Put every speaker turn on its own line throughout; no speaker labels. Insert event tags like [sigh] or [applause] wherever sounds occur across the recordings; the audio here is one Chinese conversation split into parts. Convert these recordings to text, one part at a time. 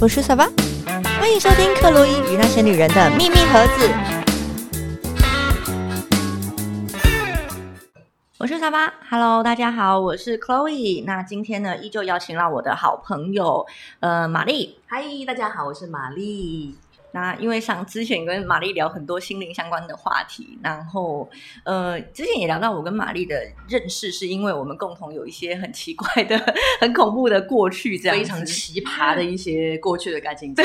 我是小巴，欢迎收听克洛伊与那些女人的秘密盒子。我是沙巴，Hello，大家好，我是 Chloe。那今天呢，依旧邀请到我的好朋友，呃，玛丽。
嗨，大家好，我是玛丽。
那因为上之前跟玛丽聊很多心灵相关的话题，然后呃，之前也聊到我跟玛丽的认识，是因为我们共同有一些很奇怪的、 [laughs] 很恐怖的过去，这样
非
子
常奇葩的一些过去的感情经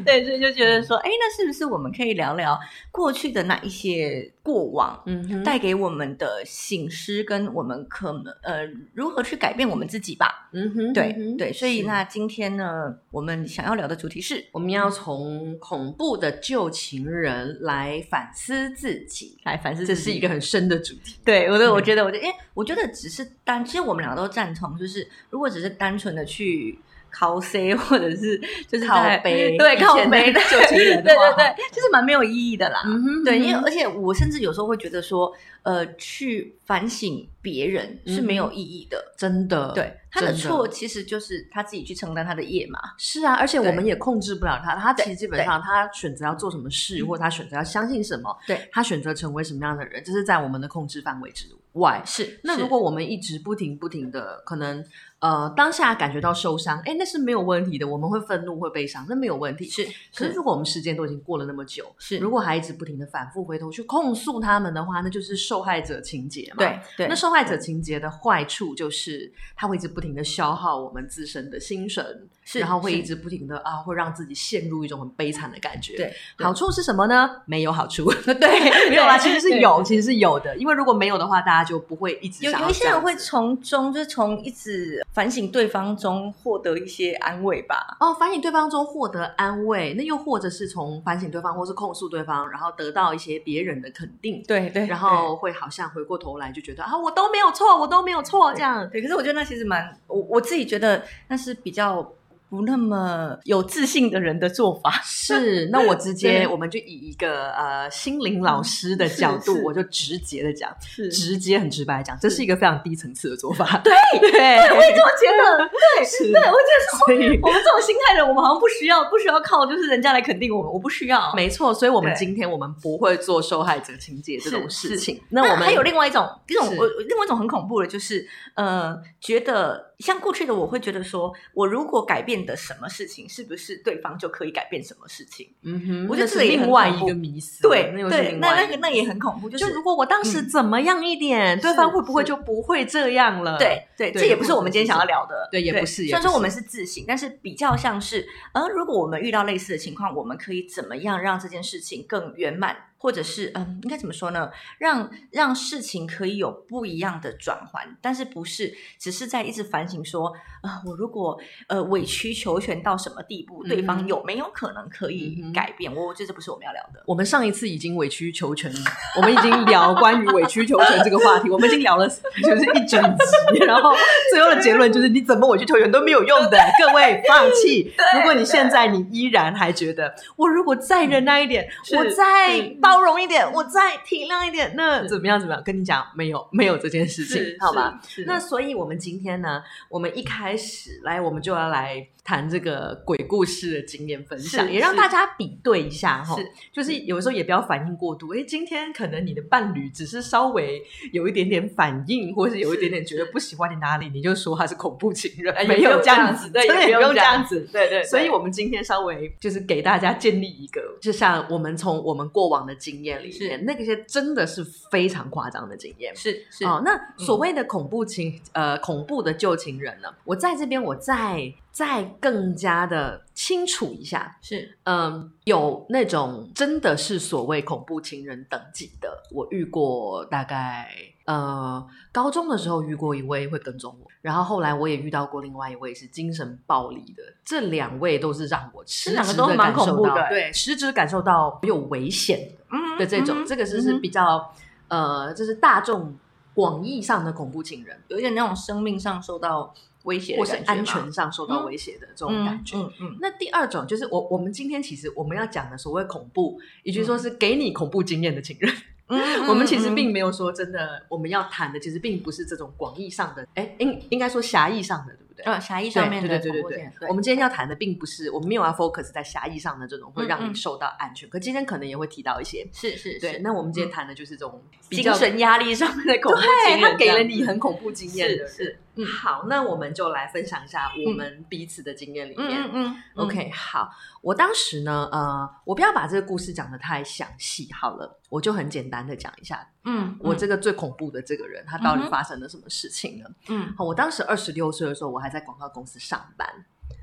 [laughs] 对，所以就觉得说，哎，那是不是我们可以聊聊过去的那一些过往？
[laughs] 嗯哼
带给我们的醒狮，跟我们可能呃如何去改变我们自己吧。
嗯哼
对、
嗯哼
对，所以
是
那今天呢，我们想要聊的主题是
我们要从恐怖的旧情人来反思自己，
来反思
这
自己，
是一个很深的主题。
对，我对我
嗯
觉得，我觉得，因为我觉得只是单，其实我们两个都赞同，就是如果只是单纯的去 cos 或者是就是
靠
在
[laughs] 背
对
以
靠
前的
背
旧情
对
人的
对
话
对，就是蛮没有意义的啦。
嗯哼
对，因为而且我甚至有时候会觉得说，呃，去反省别人是没有意义的。
真的
对，他呃的
真
错其实就是他自己去承担他的业嘛。
是啊，而且
对
我们也控制不了他，他其实基本
对
上他选择要做什么事，或者他选择要相信什么，
对，
他选择成为什么样的人，这是在我们的控制范围之外。
是。
那
是
如果我们一直不停不停的，可能呃当下感觉到受伤，哎，那是没有问题的，我们会愤怒会悲伤，那没有问题。
是
可是
是
如果我们时间都已经过了那么久，
是
如果还一直不停的反复回头去控诉他们的话，那就是受害者情节嘛。。
对对，
那受害者情节的坏处就是，它会一直不停的消耗我们自身的心神，
是
然后会
是
一直不停的啊，会让自己陷入一种很悲惨的感觉。
对对
好处是什么呢？没有好 [laughs] 处。对没有啦，其实是
对
有，其实是有的。因为如果没有的话，大家就不会一直
有
想要
有一些
这
人
样
会
子
从中就是从一直反省对方中获得一些安慰吧。
哦，反省对方中获得安慰，那又或者是从反省对方或是控诉对方，然后得到一些别人的肯定，
对对
然后会好像回过头来就觉得啊，我都没有错，我都没有错这样。
对，可是我觉得那其实蛮我我自己觉得那是比较不那么有自信的人的做法。
是，那我直接
对
我们就以一个呃心灵老师的角
是
度
是，
我就直接的讲，
是
直接很直白地讲，这是一个非常低层次的做法。 [laughs]
对对，我也这么觉得。对
是
对，我觉得说
所以
我们这种心态的人，我们好像不需要不需要靠就是人家来肯定我们，我不需要。
没错，所以我们
对
今天我们不会做受害者情节这种
是
事
是
情。那我们
还有另外一种，一种
是
我我另外一种很恐怖的，就是呃，觉得像过去的我会觉得说，我如果改变的什么事情，是不是对方就可以改变什么事情？
嗯哼，
我觉得
那是
这个也很
另外
恐
一
怖
个迷思。
对
那又是
对，
另
那
外
那
一
个
个
那也很恐怖，就
就是嗯如果我当时怎么样一点，对
是
方会不会
是
就不会这样了？
对对，
对
这也不是我们今天想要聊的，
对也不是也
虽然
不
说我
是
们是自省，但是比较像是，呃，如果我们遇到类似的情况，我们可以怎么样让这件事情更圆满，或者是嗯，应该怎么说呢？让让事情可以有不一样的转换，但是不是只是在一直反省说，呃，我如果呃委曲求全到什么地步，对
嗯
方
哼
有没有可能可以
嗯哼
改变？我我觉得这不是我们要聊的。
我们上一次已经委曲求全，我们已经聊关于委曲求全这个话题，我们已经聊了就是一整集，然后最后的结论就是你怎么委曲求全都没
[laughs]
有用的，各位放弃。如果你现在你依然还觉得我如果再忍耐一点，
嗯是
我再
是
包容一点，我再体谅一点，那
是
怎么样怎么样？跟你讲，没有没有这件事情，好吧？？那
那
所以，我们今天呢，我们一开始来，我们就要来谈这个鬼故事的经验分享，
是
也让
是
大家比对一下哈。
是
就是有时候也不要反应过度。诶，今天可能你的伴侣只是稍微有一点点反应，或是有一点点觉得不喜欢你哪里，你就说他是恐怖情人，哎
也
[laughs] 没
不
有
用
这
这
样
样
子
子，对
对，
也不
也不
用
用
这
这
样
样子。
对对，
所以，我们今天稍微就是给大家建立一个，就像我们从我们过往的经验里面，那些真的是非常夸张的经验。
是是嗯
哦，那所谓的恐怖情、呃恐怖的旧情人呢？我在这边我再再更加的清楚一下，
是
嗯，有那种真的是所谓恐怖情人等级的，我遇过大概。呃，高中的时候遇过一位会跟踪我，然后后来我也遇到过另外一位是精神暴力的，这两位都是让我实
两个
质
都
地
蛮
感
恐
受
怖
到
的
对，实质感受到有危险
嗯
的这种，
嗯
这个就
嗯
是
哼
比较、呃，这是大众广义上的恐怖情人，
有一点那种生命上受到威胁的
或是
感觉嘛，
安全上受到
嗯
威胁的这
这
种感觉。
嗯嗯，
那第二种就是我我们今天其实我们要讲的所谓恐怖，也就是说是给你恐怖经验的情人。
嗯
[laughs] 我们其实并没有说真的，我们要谈的其实并不是这种广义上的，哎，应应该说狭义上的，对不对？
呃，狭义上面的
对对对
宠物
对
店
对，我们今天要谈的并不是我们没有要 focus 在狭义上的这种会让
嗯
你
嗯
受到安全，可今天可能也会提到一些。
是是
对，
是，嗯
那我们今天谈的就是这种比
精
较，
神压力上
[laughs]
面的恐怖情
对，
人
他给
这
了
样
你
子
很恐怖经验的人嗯
是是，嗯
好，那我们就来分享一下我们彼此的经验里
嗯
面。
嗯嗯
OK，好，我当时呢，呃，我不要把这个故事讲的太详细，好了，我就很简单的讲一下，
嗯，
我
嗯
这个最恐怖的这个人，他到
嗯
底
哼
发生了什么事情呢？
嗯
好，我当时二十六岁的时候，我还在广告公司上班。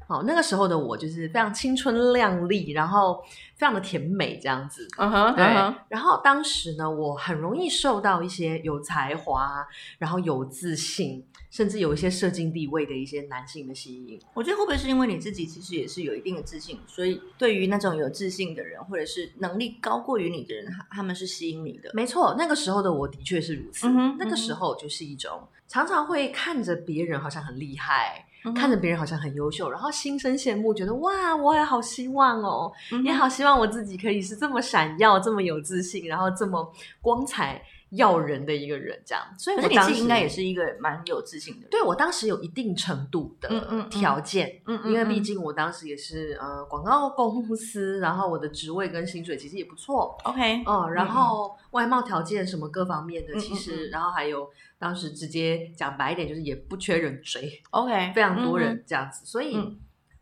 好，那个时候的我就是非常青春靓丽，然后非常的甜美这样子。
嗯哼
[laughs] 对
嗯哼，
然后当时呢，我很容易受到一些有才华，然后有自信，甚至有一些社经地位的一些男性的吸引。
我觉得会不会是因为你自己其实也是有一定的自信，所以对于那种有自信的人，或者是能力高过于你的人，他他们是吸引你的。
没错，那个时候的我的确是如此。
嗯哼
那个时候就是一种常常会看着别人好像很厉害，看
看着
着别人好像很优秀，然后心生羡慕，觉得哇，我也好希望哦。
也
也
好，
好希望我自己可以是这么闪耀、这么有自信，然后这么光彩耀人的一个人，这样。所以
可
我
是你
当
自
时
己应该也是一个蛮有自信的人。
对我当时有一定程度
嗯嗯
的
嗯
条件，
嗯
因为毕竟我当时也是呃广告公司，然后我的职位跟薪水其实也不错
OK，
哦、
嗯
然后外貌条件什么各方面的，
嗯
其实
嗯
然后还有当时直接讲白一点，就是也不缺人追，
OK，
非常多人这样子，所以
嗯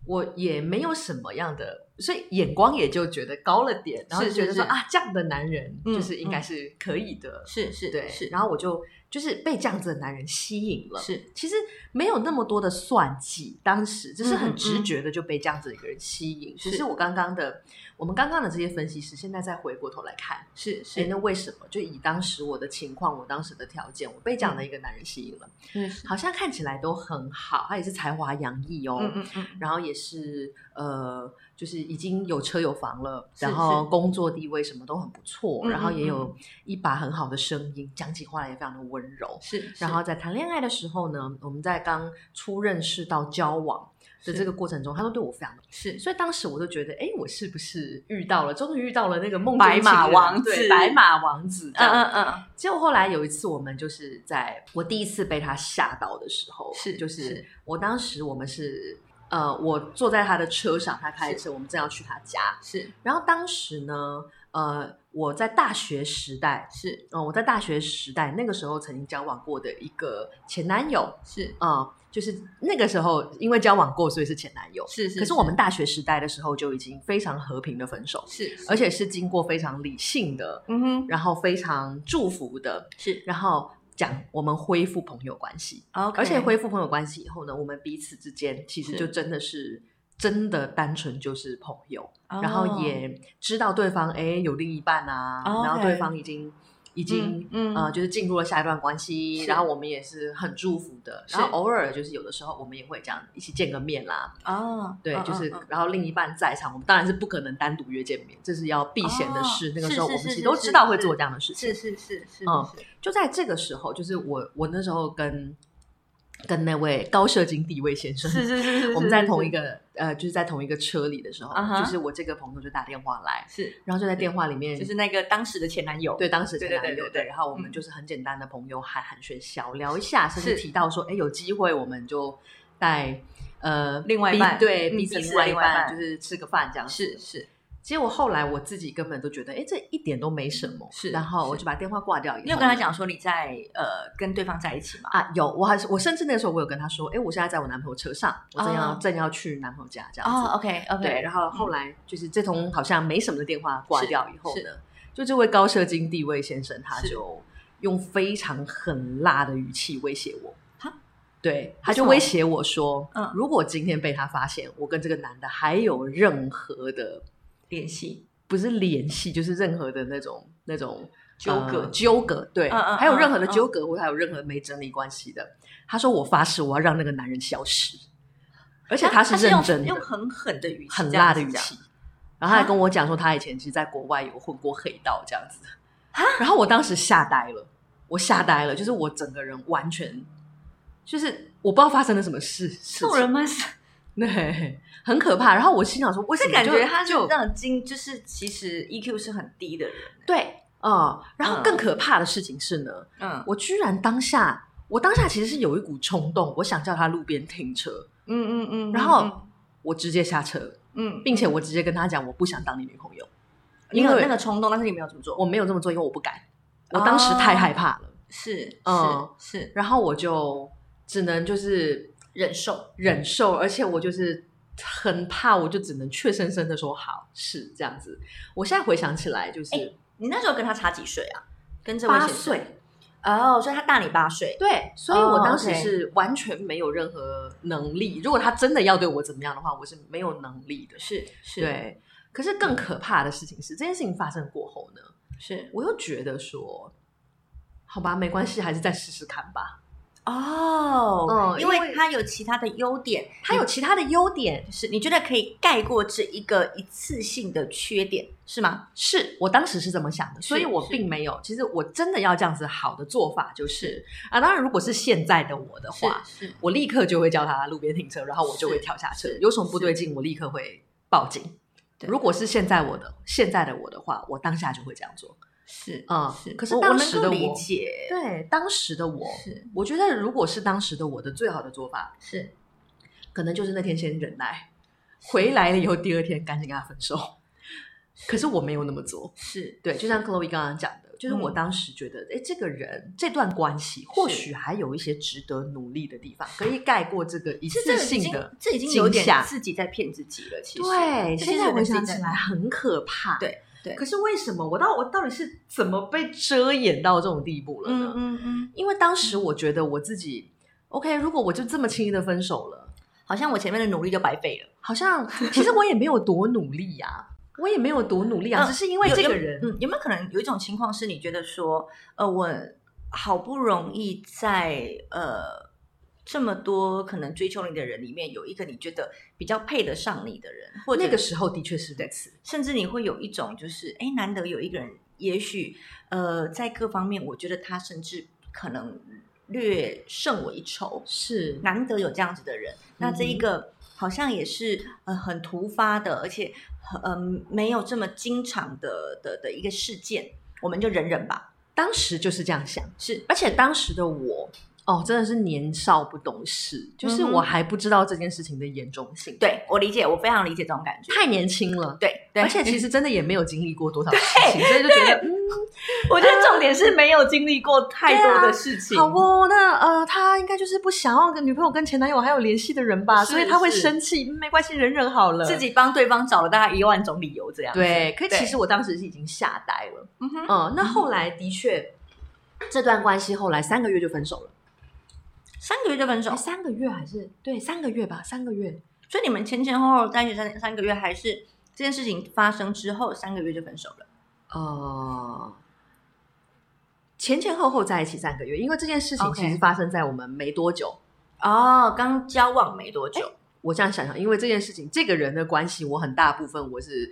我也没有什么样的，所以眼光也就觉得高了点，然后就觉得
是
说
是
啊，这样的男人
嗯
就是应该是可以的，
是是
对，
是，
然后我就就是被这样子的男人吸引了，
是
其实没有那么多的算计，当时只是
嗯嗯
很
嗯
直觉的就被这样子的一个人吸引。只
是
是我刚刚的，我们刚刚的这些分析师，现在再回过头来看，
是
哎，
是
那为什么就以当时我的情况，我当时的条件，我被这样
嗯
的一个男人吸引了？
是，
好像看起来都很好，他也是才华洋溢哦，
嗯嗯嗯，
然后也是呃，就是已经有车有房了，
是
然后工作地位什么都很不错，
嗯
然后也
嗯
有一把很好的声音，讲起话来也非常的温柔。
是。
然后在谈恋爱的时候呢，我们在刚初认识到交往的
是
这个过程中，他都对我非常的，
是
所以当时我就觉得，哎，我是不是遇到了，终于遇到了那个梦中
白马
情人
王
对
子
白马王子，
嗯
嗯嗯。
嗯嗯，
结果后来有一次，我们就是在我第一次被他吓到的时候，
是
就是
是
我当时我们是呃，我坐在他的车上，他开车，我们正要去他家。
是
然后当时呢，呃，我在大学时代，
是
嗯、我在大学时代那个时候曾经交往过的一个前男友，
是
啊、就是那个时候因为交往过，所以是前男友。
是是，
可是我们大学时代的时候就已经非常和平的分手，
是，是
而且是经过非常理性的，
嗯哼
然后非常祝福的，
是哦
然后讲我们恢复朋友关系，
，OK，
而且恢复朋友关系以后呢，我们彼此之间其实
是
就真的是真的单纯就是朋友，
哦，
然后也知道对方哎有另一半啊，
哦
然后
OK
对方已经已经。
嗯
呃，就是进入了下一段关系，
是
然后我们也是很祝福的，
是
然后偶尔就是有的时候我们也会这样一起见个面啦，
哦，
呃对，
嗯
就是
嗯嗯
然后另一半在场，我们当然是不可能单独约见面，这是要避嫌的
哦
事。那个
是
时候我
是
们
是
其实
是
都
是
知道会
是
做这样的事情
是，是是是，
嗯
是
就在这个时候，就是我我那时候跟跟那位高社经地位先生，
是是是是，
我们在同一
个
个呃，就是在同一个车里的时候
啊哈
就是我这个朋友就打电话来，
是
然后就在电话里面
就是那个当时的前男友，
对当时前男友
对对对对对
然后我们
嗯
就是很简单的朋友寒寒暄小聊一下，甚至
是
提到说，哎，有机会我们就带呃
另外一
彼
半
对
嗯
彼此
彼此
另外一
另外一
半
半
就是吃个饭这样子
是是
结果后来我自己根本都觉得，哎，这一点都没什么，
是
然后我
是
就把电话挂掉以后。
你有跟他讲说你在呃跟对方在一起吗？
啊，有，我还是我甚至那个时候我有跟他说，哎，我现在在我男朋友车上，我正要、
哦
正要去男朋友家这样子。
哦，OK OK，
对，然后后来就是这通好像没什么的电话挂掉以后
嗯是
呢，就这位高社经地位先生他
是
就用非常很辣的语气威胁我
哈。
对，他
为什
就
么
威胁我说，
嗯
如果今天被他发现我跟这个男的还有任何的
联系
不是联系，就是任何的那种那种
纠葛
呃纠葛，对，
嗯嗯
还有
嗯
任何的
嗯
纠葛，或还有任何没整理关系的，他说我发誓我要让那个男人消失，而且他是认真的
用，很狠的语气，
很辣的语
这样子啊
气，然后他还跟我讲说他以前其实在国外有混过黑道这样子，
啊
然后我当时吓呆了，我吓呆了，就是我整个人完全就是我不知道发生了什么事，
讲，这
事
种
情
人吗？是
对，很可怕。然后我心想说，为什
这
么
感
就
觉他是
就
让精，就是其实 EQ 是很低的人，
对，啊、然后
嗯
更可怕的事情是呢，
嗯，
我居然当下我当下其实是有一股冲动，我想叫他路边停车，
嗯嗯嗯，
然后我直接下车，
嗯，
并且我直接跟他讲我不想当你女朋友，
你
因
有
为
那个冲动，但是你没有这么做，
我没有这么做，因为我不敢，我当
哦
时太害怕了，
是是
嗯
是
然后我就只能就是
忍受，
忍受，而且我就是很怕，我就只能怯生生的说好是这样子。我现在回想起来，就是、
哎你那时候跟他差几岁啊？跟这位
八
先生
岁，
哦，所以他大你八岁，
对，所以我当
哦
时
OK
是完全没有任何能力。如果他真的要对我怎么样的话，我是没有能力的。
是是，嗯
对，可是更可怕的事情是，这件事情发生过后呢，
是
我又觉得说，好吧，没关系，还是再试试看吧。
哦，
嗯
因
因
为
为
他有其他的优点，
他有其他的优点，
是你觉得可以盖过这一个一次性的缺点是吗？
啊是我当时是这么想的，所以
是
我
是
并没有。其实我真的要这样子好的做法就是啊，当然如果是现在的我的话，
是
我立刻就会叫他路边停车，然后我就会跳下车
是是，
有什么不对劲我立刻会报警。
对
如果是现在我的现在的我的话，我当下就会这样做。
是
嗯
呃是，
可是
我我
当
能
时
够
的
理
我
解，
对，当时的我，
是
我觉得如果是当时的我的最好的做法，
是
可能就是那天先忍耐，回来了以后第二天赶紧跟他分手。 [laughs] 可是我没有那么做，
是，
对，就像 Chloe 刚刚讲的，就是我
嗯
当时觉得，哎、这个人这段关系或许还有一些值得努力的地方，可以盖过这个一
是这
次
个已
性
经
的。
这已经有
惊
点
吓
自己在骗自己了，其实
对，
这些
现在
人
回
自己
想
在
起来很可怕。
对对
可是为什么我到我到底是怎么被遮掩到这种地步了呢？
嗯嗯嗯，
因为当时我觉得我自己，OK，如果我就这么轻易的分手了，
好像我前面的努力就白费了。
好像其实我也没有多努力呀、我也没有多努力啊，
嗯
只是因为
有
这个
有
人，
嗯，有没有可能有一种情况是你觉得说，呃，我好不容易在呃这么多可能追求你的人里面，有一个你觉得比较配得上你的人，或者
那个时候的确是如此。
甚至你会有一种就是，哎，难得有一个人，也许呃在各方面，我觉得他甚至可能略胜我一筹，
是
难得有这样子的人。那这一个好像也是呃很突发的，而且呃没有这么经常的的的一个事件，我们就忍忍吧。
当时就是这样想，
是
而且当时的我，哦，真的是年少不懂事，就是
嗯哼
我还不知道这件事情的严重性，，
对我理解，我非常理解这种感觉。
太年轻了，
对，对
而且其实真的也没有经历过多少事情，所以就觉得嗯，
[laughs] 我觉得重点是没有经历过太多
对
的
啊
事情。
好哦，那呃，他应该就是不想要跟女朋友跟前男友还有联系的人吧，
是
所以他会
是
生气，嗯没关系，忍忍好了，
自己帮对方找了大概一万种理由，这样子
对。可其
对
实我当时是已经吓呆了，
嗯哼，
嗯，那后来的确。这段关系后来三个月就分手了，
三个月就分手
哎，，三个月还是对三个月吧，三个月。
所以你们前前后后在一起三三个月，还是这件事情发生之后三个月就分手了？
呃，前前后后在一起三个月，因为这件事情
OK
其实发生在我们没多久。
哦，刚交往没多久，
我这样想想，因为这件事情，这个人的关系，我很大部分我是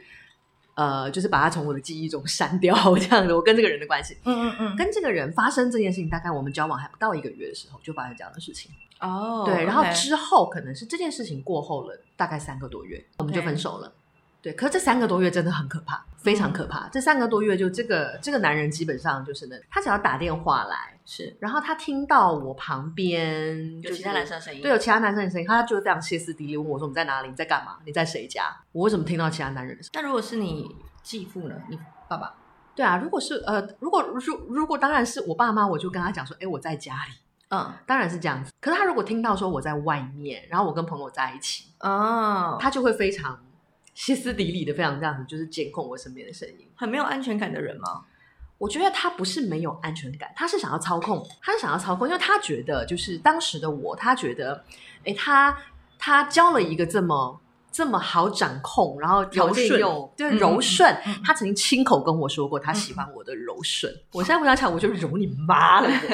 呃，就是把他从我的记忆中删掉，这样的。我跟这个人的关系，
嗯嗯
跟这个人发生这件事情，大概我们交往还不到一个月的时候就发生这样的事情。
嗯，哦，
对，然后
OK
之后可能是这件事情过后了，大概三个多月，我们就
OK
分手了。对，可是这三个多月真的很可怕，非常可
嗯
怕。这三个多月，就这个这个男人基本上就是呢，他只要打电话来，
是
然后他听到我旁边、就
有其
是、
他男生的声音，
对，有啊其他男生的声音，他就这样歇斯底里问我说：“你在哪里？你在干嘛？你在谁家？我为什么听到其他男人的声
那如果是你继父呢？你爸爸？
音？”对啊，如果是呃，如果如如果当然是我爸妈，我就跟他讲说：“哎，我在家里。”
嗯，
当然是这样子。可是他如果听到说我在外面，然后我跟朋友在一起，
哦，他
他就会非常歇斯底里的，非常这样子，就是监控我身边的声音。
很没有安全感的人吗？
我觉得他不是没有安全感，他是想要操控，他是想要操控，因为他觉得就是当时的我，他觉得，诶，他他交了一个这么这么好掌控，然后条件
柔顺
又对
嗯
柔顺，
嗯嗯
他曾经亲口跟我说过，他喜欢我的柔顺。我现在回想起来，我就揉你妈了，
[laughs]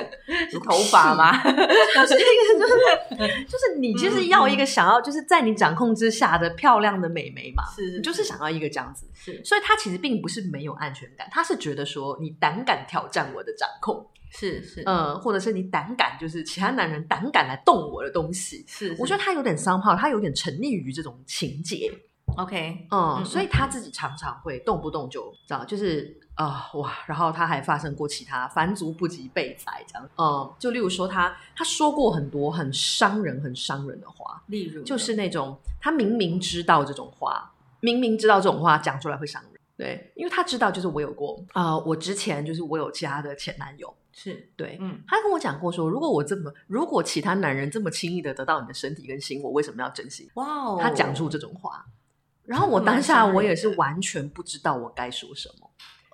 是头发
[laughs]
吗？嗯
就是就是就是你就是要一个想要就是在你掌控之下的漂亮的美眉嘛，
是
你就是想要一个这样子。
是
所以他其实并不是没有安全感，他是觉得说你胆敢挑战我的掌控，
是是，
呃，或者是你胆敢就是其他男人胆敢来动我的东西。
是，
我觉得他有点伤炮，他有点沉溺于这种情节，
OK，
嗯，
嗯
所以他自己常常会动不动就知道，就是啊、哇！然后他还发生过其他凡族不及被宰这样，嗯，就例如说他他说过很多很伤人、很伤人的话，
例如呢
就是那种他明明知道这种话，明明知道这种话讲出来会伤人，对，因为他知道就是我有过啊、呃我之前就是我有其他的前男友，
是
对，
嗯
他跟我讲过说，如果我这么，如果其他男人这么轻易的得到你的身体跟心，我为什么要珍惜？
哇哦，
他讲出这种话，然后我
蛮
当下
伤人
我也
的
是完全不知道我该说什么。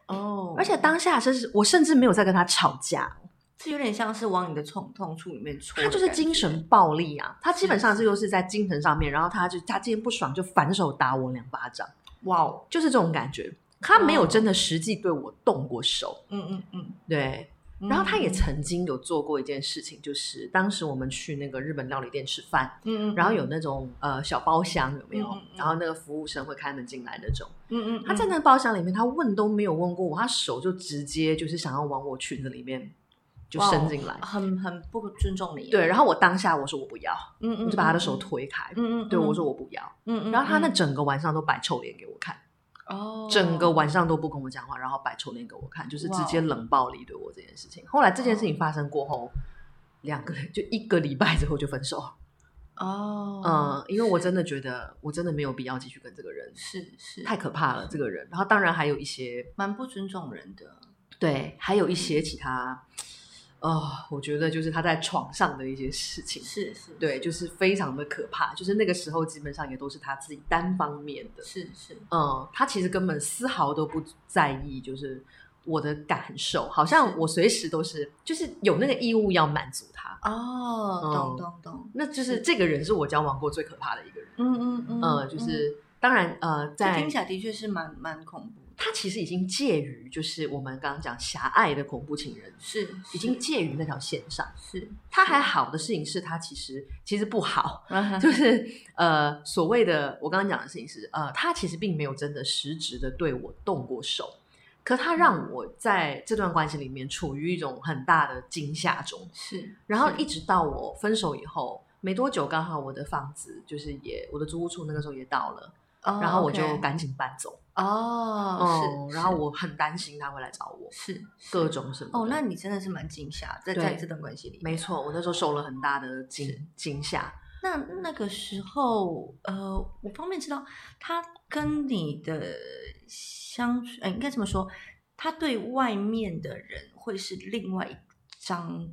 哦，
而且当下甚至我甚至没有在跟他吵架，
这有点像是往你的痛痛处里面戳，
他就是精神，暴力啊，他基本上这就是在精神上面，然后他就他今天不爽就反手打我两巴掌，
哇哦，
就是这种感觉。他没有
哦
真的实际对我动过手，
嗯嗯
对。
嗯，
然后他也
嗯，
曾经有做过一件事情，就是当时我们去那个日本料理店吃饭，
嗯嗯，
然后有那种呃小包厢有没有
嗯嗯？嗯
然后那个服务生会开门进来那种。
嗯，嗯嗯，
他在那个包厢里面，他问都没有问过我，他手就直接就是想要往我裙子里面就
哇哦
伸进来。
很很不尊重你，啊
对，然后我当下我说我不要，
嗯，嗯嗯，
我就把他的手推开，
嗯，嗯嗯，
对我说我不要。
嗯，嗯嗯，
然后他那整个晚上都摆臭脸给我看，
哦，
整个晚上都不跟我讲话，然后摆臭脸给我看，就是直接
哇哦嗯
冷暴力对我这件事情。后来这件事情发生过后，两个人就一个礼拜之后就分手。
哦，
嗯，因为我真的觉得我真的没有必要继续跟这个人，
是是
太可怕了这个人。然后当然还有一些
蛮不尊重人的，
对，还有一些其他，呃，我觉得就是他在床上的一些事情，
是是，
对，就是非常的可怕。就是那个时候基本上也都是他自己单方面的，
是是，
嗯，他其实根本丝毫都不在意，就是我的感受，好像我随时都是就是有那个义务要满足他。
哦，
嗯
懂懂懂，
那就是这个人是我交往过最可怕的一个人，
嗯嗯嗯，
嗯，就是当然呃，
这
在
听起来的确是蛮蛮恐怖的，
他其实已经介于就是我们刚刚讲狭隘的恐怖情人，
是
已经介于那条线上。
是，
[laughs] 他还好的事情是他其实其实不好，
就
就是呃所谓的我刚刚讲的事情是呃他其实并没有真的实质的对我动过手，可他
嗯
让我在这段关系里面处于一种很大的惊吓中，
是，
然后
是
一直到我分手以后没多久，刚好我的房子就是也我的租屋处那个时候也到了，
哦
然后我就
OK
赶紧搬走，
哦，是，
然后
是
我很担心他会来找我，
是
各
是
种什么的
哦，那你真的是蛮惊吓，在在
对
这段关系里面，
没错，我那时候受了很大的
是
惊惊吓。
那那个时候，呃，我方便知道他跟你的相处，呃，应该这么说，他对外面的人会是另外一张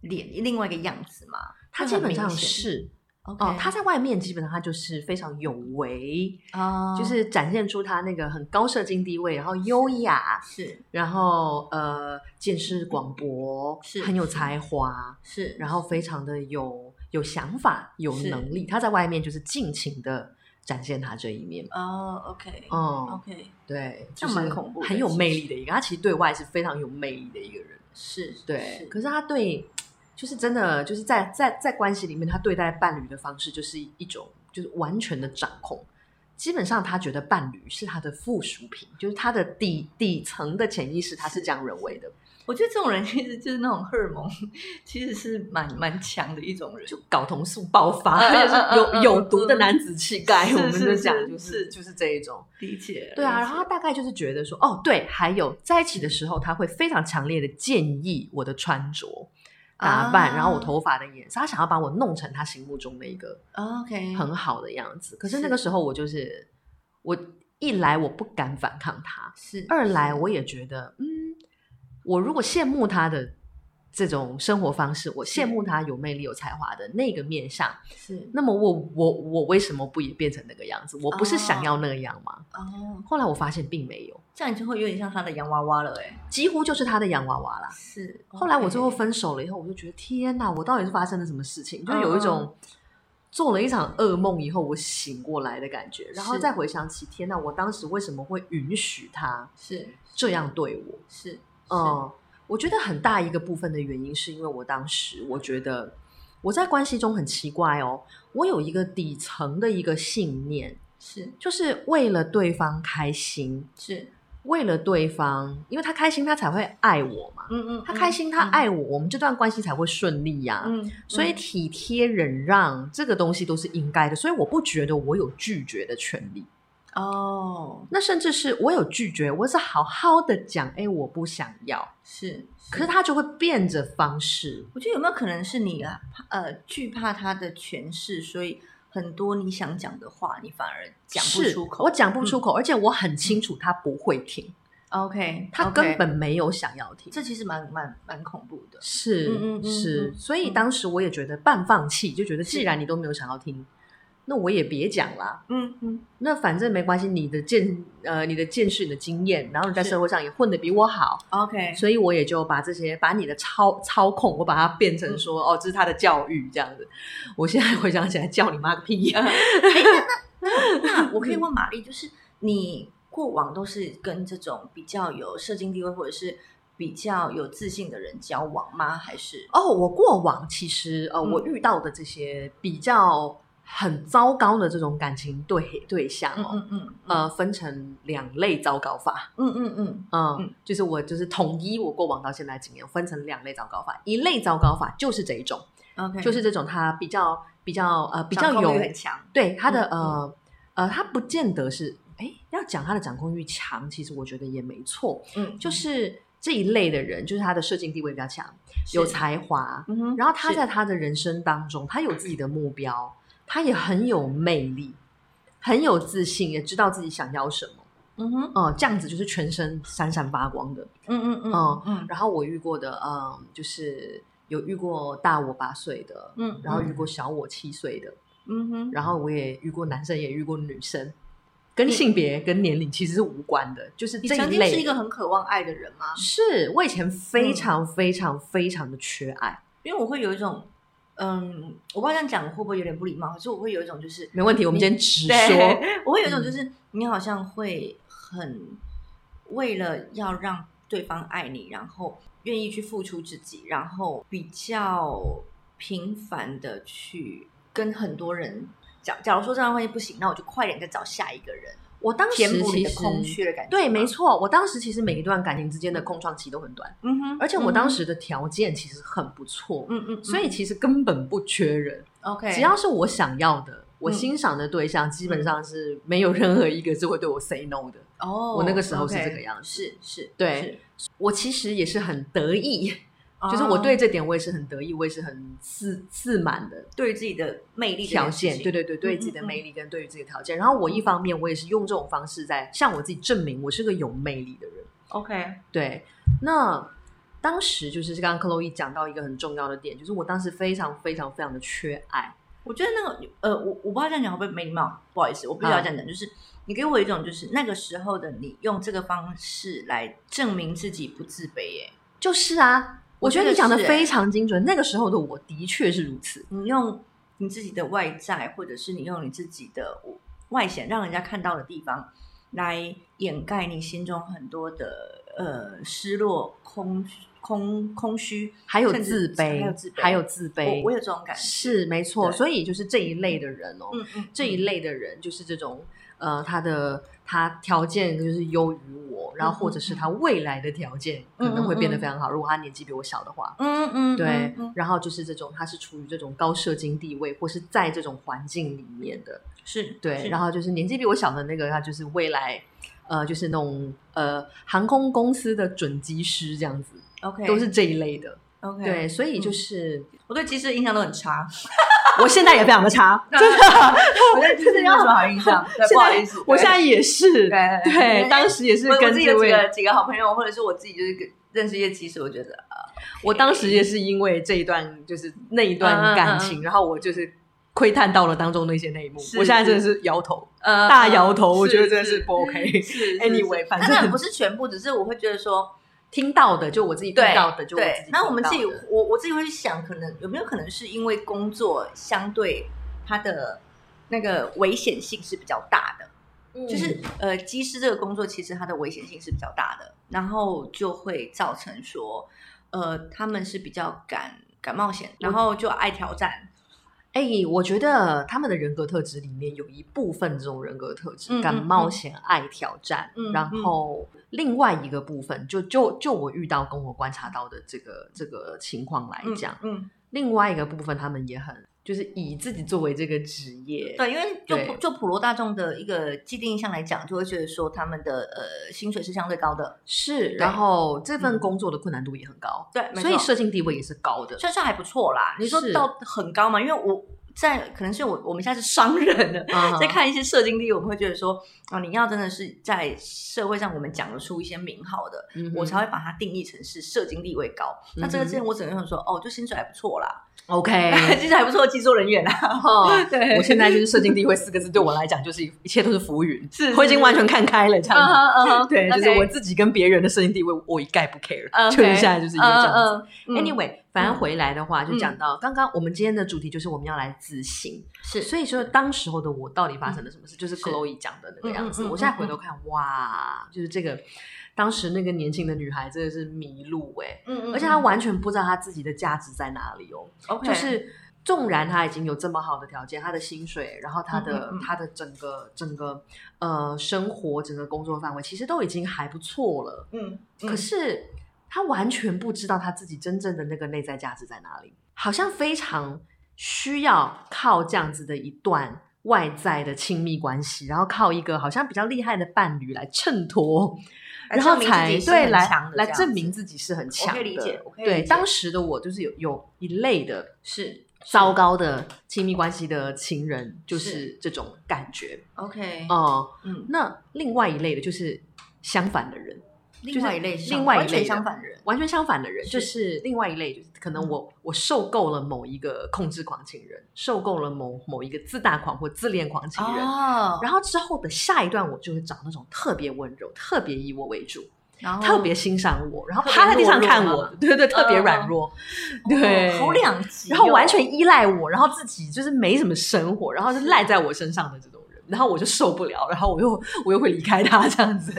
脸，另外一个样子吗？
他
会
基
很
本
明
上
显
是
OK，
哦，他在外面基本上他就是非常有为，
啊，
就是展现出他那个很高社经地位，然后优雅，
是
然后呃见识广博，
是
很有
是
才华，
是，
然后非常的有有想法、有
是
能力。他在外面就是尽情的展现他这一面。
哦，OK，
嗯，
OK，
对，
这
就
样蛮
是
恐怖的
很有
其
魅
实
力的一个。他其实对外是非常有魅力的一个人。
是，
对，
是
可是他对，就是真的就是在在在关系里面，他对待伴侣的方式就是一种就是完全的掌控。基本上，他觉得伴侣是他的附属品，就是他的底底层的潜意识，他是这样认为的，
我觉得这种人其实就是那种荷尔蒙，其实是蛮蛮强的一种人，
就睾酮素爆
嗯
发，
嗯
[laughs]
嗯
而且
嗯
是有有毒的男子气概。
是
我们
是
就是讲，就是是就是这一种。
理解，
对啊，
理
然后他
解
大概就是觉得说，哦，对，还有在一起的时候，他会非常强烈的建议我的穿着、打扮，
啊
然后我头发的颜色，他想要把我弄成他心目中的一个
哦 OK，
很好的样子。可是那
是
个时候，我就是我一来我不敢反抗他，
是，
二来
是
我也觉得，嗯，我如果羡慕他的这种生活方式，我
是
羡慕他有魅力、有才华的那个面相，
是
那么我我我为什么不也变成那个样子？我不是
哦
想要那样吗？
哦，
后来我发现并没有。
这样你就会有点像他的洋娃娃了，哎，
几乎就是他的洋娃娃啦。
是。
后来我最后
OK，
分手了以后，我就觉得天哪，我到底是发生了什么事情？就
嗯
有一种做了一场噩梦以后我醒过来的感觉，然后
是
再回想起，天哪，我当时为什么会允许他
是
这样对我？
是是
嗯，我觉得很大一个部分的原因是因为我当时我觉得我在关系中很奇怪哦，我有一个底层的一个信念，
是
就是为了对方开心，
是，
为了对方，因为他开心他才会爱我嘛。
嗯嗯
他开心，他，爱我，我们这段关系才会顺利呀、
嗯嗯，
所以体贴忍让这个东西都是应该的，所以我不觉得我有拒绝的权利。
哦，
那甚至是我有拒绝，我是好好的讲，哎，我不想要，
是，
可是他就会变着方式。
我觉得有没有可能是你啊，怕呃，惧怕他的诠释，所以很多你想讲的话，你反而讲不
是
出口。嗯
我讲不出口，而且我很清楚他不会听，
OK，
嗯他
OK
根本没有想要听。
这其实蛮蛮蛮恐怖的。
是
嗯嗯嗯
是，
嗯
所以
嗯
当时我也觉得半放弃，就觉得既
是
然你都没有想要听，那我也别讲啦。
嗯嗯，
那反正没关系，你的见呃你的见识、你的经验，然后你在
是
社会上也混得比我好，
OK，
所以我也就把这些把你的操操控，我把它变成
嗯
说、哦，这是他的教育这样子。我现在 [laughs] 回想起来，叫你妈个屁
嗯
呀、
那我可以
嗯
问玛丽，就是你过往都是跟这种比较有社经地位或者是比较有自信的人交往吗？还是
[laughs] 哦，我过往其实呃，
嗯
我遇到的这些比较很糟糕的这种感情对对象
嗯
哦，
嗯嗯
呃，分成两类糟糕法。
嗯嗯嗯
嗯，
嗯
就是我就是统一我过往到现在经验，分成两类糟糕法。一类糟糕法就是这一种，
，OK，
就是这种他比较比较呃比较
嗯掌控
有
欲很强，
对他的、
嗯嗯
呃呃他不见得是哎要讲他的掌控欲强，其实我觉得也没错，
嗯，
就是这一类的人，就是他的社经地位比较强，有
是，
才华，
嗯哼
然后他
是
在他的人生当中，他有自己的目标，他也很有魅力，很有自信，也知道自己想要什么。
嗯哼，
哦、这样子就是全身闪闪发光的。
嗯嗯嗯
哦
嗯
然后我遇过的，嗯，就是有遇过大我八岁的，
嗯，
然后遇过小我七岁的，
嗯哼，
然后我也遇过男生，也遇过女生，跟
你
性别跟年龄其实是无关的，就是
你
这
曾
一
经
类。
是一个很渴望爱的人吗？
是我以前非
嗯
常非常非常的缺爱，
因为我会有一种，嗯，我不知道这样讲会不会有点不礼貌，可是我会有一种就是，
没问题，我们今天直说。
[laughs]
嗯
对，我会有一种就是你好像会很为了要让对方爱你，然后愿意去付出自己，然后比较频繁的去跟很多人讲。假如说这段关系不行，那我就快点再找下一个人，
我当时
填补你
其
的
实
空虚的感觉。
对，没。错，我当时其实每一段感情之间的空窗期都很短，
嗯哼，
而且我当
嗯哼，
时的条件其实很不错，
嗯嗯，嗯嗯
所以其实根本不缺人。
OK，
只要是我想要的，我
嗯
欣赏的对象，基本上是没有任何一个是会对我 say no 的。
哦，
我那个时候是这
OK，
个样子
是是，
对
是，哦
我其实也是很得意，
就
就是我对这点我也是很得意，我也是很自自满的
对于自己的魅力这件
条
事情
件，对对对，对自己的
嗯
魅力跟对于自己的条件。然后我一方面我也是用这种方式在向我自己证明我是个有魅力的人。
，OK，
对，那当时就是刚刚克洛伊讲到一个很重要的点，就是我当时非常非常非常的缺爱。
我觉得那个呃，我我不知道这样讲会不会没礼貌，不好意思，我不知道
啊
这样讲，就是你给我一种就是那个时候的你用这个方式来证明自己不自卑耶，
就是啊，我
我
觉
觉
得
得
你讲的
是欸
非常精准。那个时候的我的确是如此。
你用你自己的外在，或者是你用你自己的外显，让人家看到的地方来掩盖你心中很多的呃失落、空空空虚，
还有
甚至
自卑，
还有自卑，
还有自卑
我我有这种感觉，
是没错。
对
所以就是这一类的人哦，
嗯嗯，
这一类的人就是这种呃，他的他条件就是优于我，然后或者是他未来的条件可能会变得非常好。如果他年纪比我小的话，
嗯嗯，
对
嗯嗯，
然后就是这种他是处于这种高社经地位，或是在这种环境里面的，
是
对，然
后
后就是年纪比我小的那个，他就是未来。呃，就是那种呃航空公司的准机师这样子，
OK
都是这一类的。
OK，
对，所以就
嗯
是
我对机师的印象都很差，
我现在也非常的差，真的，
我对机师没有什么好印象， [laughs] 对
现
不好
在
意思，
我现在也是，
对
对，当时也是
我我
跟
自己的
这
几
位，
个几个好朋友，或者是我自己就是跟认识一些机师，我觉得啊，
我当时也是因为这一段就是那一
嗯
段感情，然后我就是窥探到了当中的一些内幕。
是
我现在真的是摇头，
呃
大摇头，我觉得真的
是嗯
是不 [laughs] OK。
是是
Anyway，反正
当然不是全部，只是我会觉得说，
听到的就我自己听
对
到的，就我自
对
己，
那我们自己
听到的
我我自己会去想，可能有没有可能是因为工作相对它的那个危险性是比较大的。
嗯
就是呃，机师这个工作其实它的危险性是比较大的，然后就会造成说，呃，他们是比较敢敢冒险，
嗯
然后就爱挑战，
哎、我觉得他们的人格特质里面有一部分这种人格特质，
嗯
敢
嗯
冒
嗯
险、爱挑战，
嗯
然
嗯
后另外一个部分，就就就我遇到跟我观察到的这个这个情况来
嗯
讲，
嗯，
另外一个部分他们也很就是以自己作为这个职业，
对，因为就
对
普就普罗大众的一个既定印象来讲，就会觉得说他们的呃薪水是相对高的，
是，然后这份
嗯
工作的困难度也很高，
对没
所以
错
社经地位也是高
[laughs]
的，
算是还不错啦。你说
是
到很高嘛？因为我在可能是我我们现在是商人了，[laughs]
嗯
在看一些社经地，我们会觉得说，哦，你要真的是在社会上我们讲得出一些名号的，
嗯哼嗯
我才会把它定义成是社经地位高。那这个之前我只能说，哦，就薪水还不错啦，
OK，
[laughs] 薪水还不错，技术人员啊，
哎哦，
对
我现在就是社经地位四个字，对我来讲就是一切都是浮云，
是
我已经完全看开了这样子。
嗯哼
对，就是我自己跟别人的社经地位，我一概不 care，
嗯 OK 嗯
就是现在就是一个这样子。嗯
样子。anyway，
Anyway，反
嗯
正回来的话，就讲到刚刚我们今天的主题就是我们要来自省，
是
所以说当时候的我到底发生了什么事，就是
嗯是
Chloe 讲的那个样子。
嗯嗯嗯
我现在回头看，哇，就是这个当时那个年轻的女孩真的是迷路哎、
嗯
而且她完全不知道她自己的价值在哪里哦。
OK
就是纵然她已经有这么好的条件，她的薪水，然后她的
嗯嗯嗯
她的整个整个呃生活，整个工作范围，其实都已经还不错了。
嗯，
可是她完全不知道她自己真正的那个内在价值在哪里，好像非常需要靠这样子的一段。外在的亲密关系，然后靠一个好像比较厉害的伴侣来衬托然后才对来来证明自己是很强的。
我可以理解我可以理
对，
解
当时的我就是有有一类的
是
糟糕的亲密关系的情人，就是
是
这种感觉。
OK，
哦、
嗯，
那另外一类的就是相反的人，
另外一类
另外一类
完全
的
相反人，
完全相反的人，
是嗯
就是另外一类，就是可能我我受够了某一个控制狂情人，受够了某某一个自大狂或自恋狂情人。
哦，
然后之后的下一段，我就会找那种特别温柔、特别以我为主，
然后
特别欣赏我，然后趴在地上看我，对对，特
嗯
别软弱，对，
哦好两极哦，
然后完全依赖我，然后自己就是没什么生活，然后就赖在我身上的这种人，然后我就受不了，然后我又我又会离开他这样子，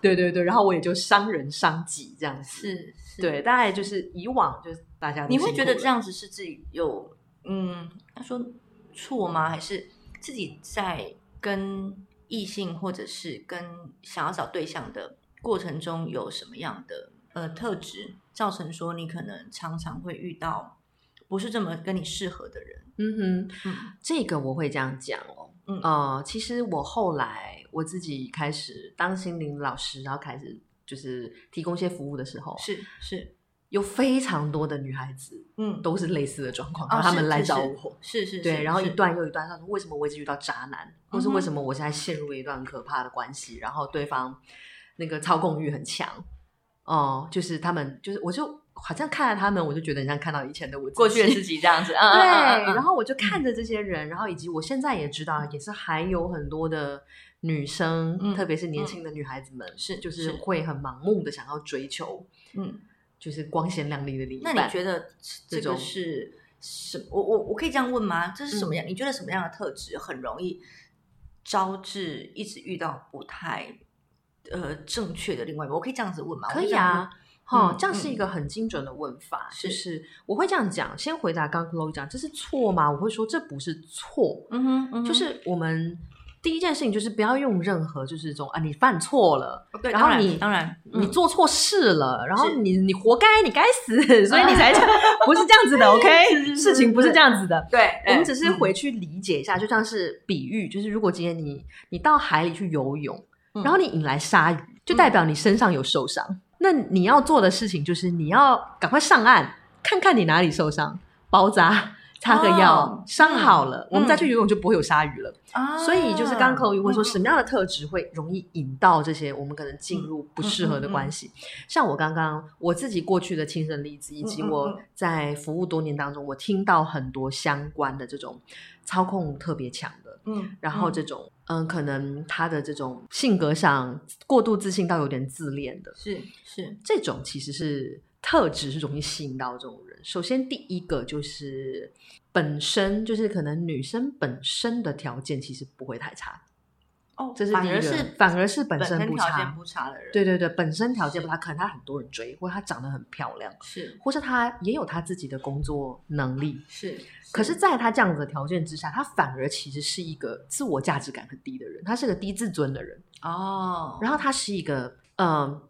对对对，然后我也就伤人伤己这样子，
是是
对，大概就是以往就是大家都
你会觉得
辛苦了
这样子是自己有嗯，他说错吗？还是自己在跟异性或者是跟想要找对象的过程中有什么样的呃特质，造成说你可能常常会遇到不是这么跟你适合的人？
嗯哼，
嗯
这个我会这样讲哦。
嗯
呃，其实我后来我自己开始当心灵老师，然后开始就是提供一些服务的时候，
是是，
有非常多的女孩子
嗯，
都是类似的状况，
哦
然后她们
是
来
是
找
是
我，
是是，
对，
是
然后一
是
段又一段，她说为什么我一直遇到渣男，或是
嗯哼
为什么我现在陷入了一段可怕的关系，然后对方那个操控欲很强，哦、就是他们就是我就好像看了他们，我就觉得很像看到以前的我
过去的
己
自。己这样子，嗯，
对，
嗯嗯嗯
然后我就看着这些人，然后以及我现在也知道，也是还有很多的女生，
嗯
特别是年轻的女孩子们，是就是
是
会很盲目的想要追求，
嗯，
就是光鲜亮丽的另一
那
半。
你觉得这
这
个
种嗯
是什？我我我可以这样问吗？这是什么样？你觉得什么样的特质很容易招致一直遇到不太呃正确的另外一半？我可以这样子问吗？
可
我就
以
这样问
啊，，哈、
嗯
这样是一个很精准的问法，
是
就是我会这样讲，先回答刚刚 Chloe 讲，这是错吗？我会说这不是错，
嗯哼，嗯哼
就是我们第一件事情就是不要用任何就是这种啊，你犯错了。
对，
哦然后
当然
你
当然
你
嗯
做错事了，然后
是
你你活该，你该死， [laughs] 所以
[laughs]
你才这样，不是这样子的，OK？
是是
事情不是这样子的。
对，
我们
对
只是回
嗯
去理解一下，就像是比喻，就是如果今天你你到海里去游泳，
嗯
然后你引来鲨鱼，就代表你身上有受伤。那你要做的事情就是你要赶快上岸，看看你哪里受伤，包扎，擦个药
哦，
伤好了，
嗯
我们再去游泳就不会有鲨鱼了。
啊
所以就是刚刚口语问说
嗯
什么样的特质会容易引到这些我们可能进入不
嗯
适合的关系？像我刚刚我自己过去的亲身例子，以及
嗯嗯
我在服务多年当中，我听到很多相关的这种操控特别强的，
嗯，
然后这种嗯，可能他的这种性格上过度自信到有点自恋的，
是是
这种其实是特质是容易吸引到这种人。首先，第一个就是本身就是可能女生本身的条件其实不会太差，
哦，
这是
反
第一
而
个
是
反而是本
本
身不
条件
差
不差的人，
对对对，本身条件不差，可能她很多人追，或者她长得很漂亮，
是
或是她也有她自己的工作能力。
是，
可是，在她这样子的条件之下，她反而其实是一个自我价值感很低的人，她是个低自尊的人，
哦，
然后她是一个嗯、呃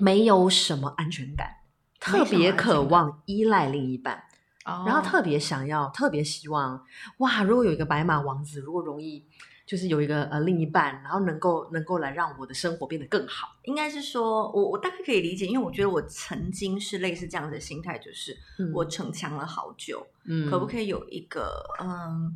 没有什么安全感，
没
特
什么
别
安全
渴
感
望依赖另一半。
哦
然后特别想要，特别希望，哇！如果有一个白马王子，如果容易，就是有一个呃另一半，然后能够能够来让我的生活变得更好。
应该是说，我我大概可以理解，因为我觉得我曾经是类似这样的心态，就是
嗯
我逞强了好久，
嗯
可不可以有一个嗯，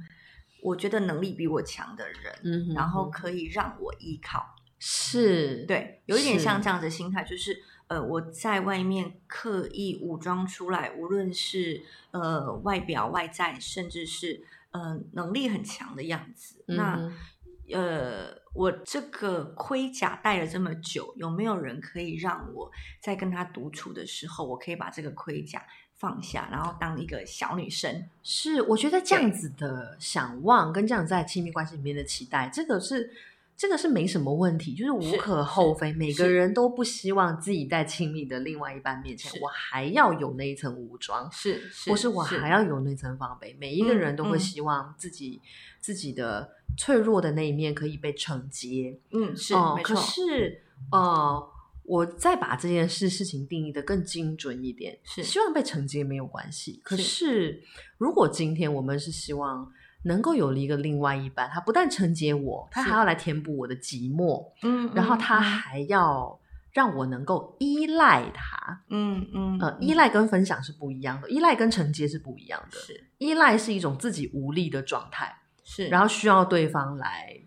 我觉得能力比我强的人，
以？嗯哼
然后
哼
可以让我依靠。
是，，
对，有一点
是
像这样的心态，就是呃，我在外面刻意武装出来，无论是呃外表、外在，甚至是呃能力很强的样子。那
嗯哼
呃，我这个盔甲戴了这么久，有没有人可以让我在跟他独处的时候，我可以把这个盔甲放下，然后当一个小女生？
是，我觉得这样子的想望跟这样在亲密关系里面的期待，这个是。这个是没什么问题，就是无
是
可厚非。每个
是
人都不希望自己在亲密的另外一半面前，
是
我还要有那一层武装。
是是
或是我还要有那层防备。每一个
嗯
人都会
嗯
希望自己、自己的脆弱的那一面可以被承接。
嗯是、
哦
没
可
错，
是呃，我再把这件事事情定义的更精准一点，
是
希望被承接没有关系。可
是
是如果今天我们是希望。能够有了一个另外一半，他不但承接我，他
是
还要来填补我的寂寞，
嗯，
然后他
还
还要让我能够依赖他。
嗯嗯
呃，依
嗯
赖跟分享是不一样的，依赖跟承接是不一样的。
是
依赖是一种自己无力的状态，
是，
然后需要对方来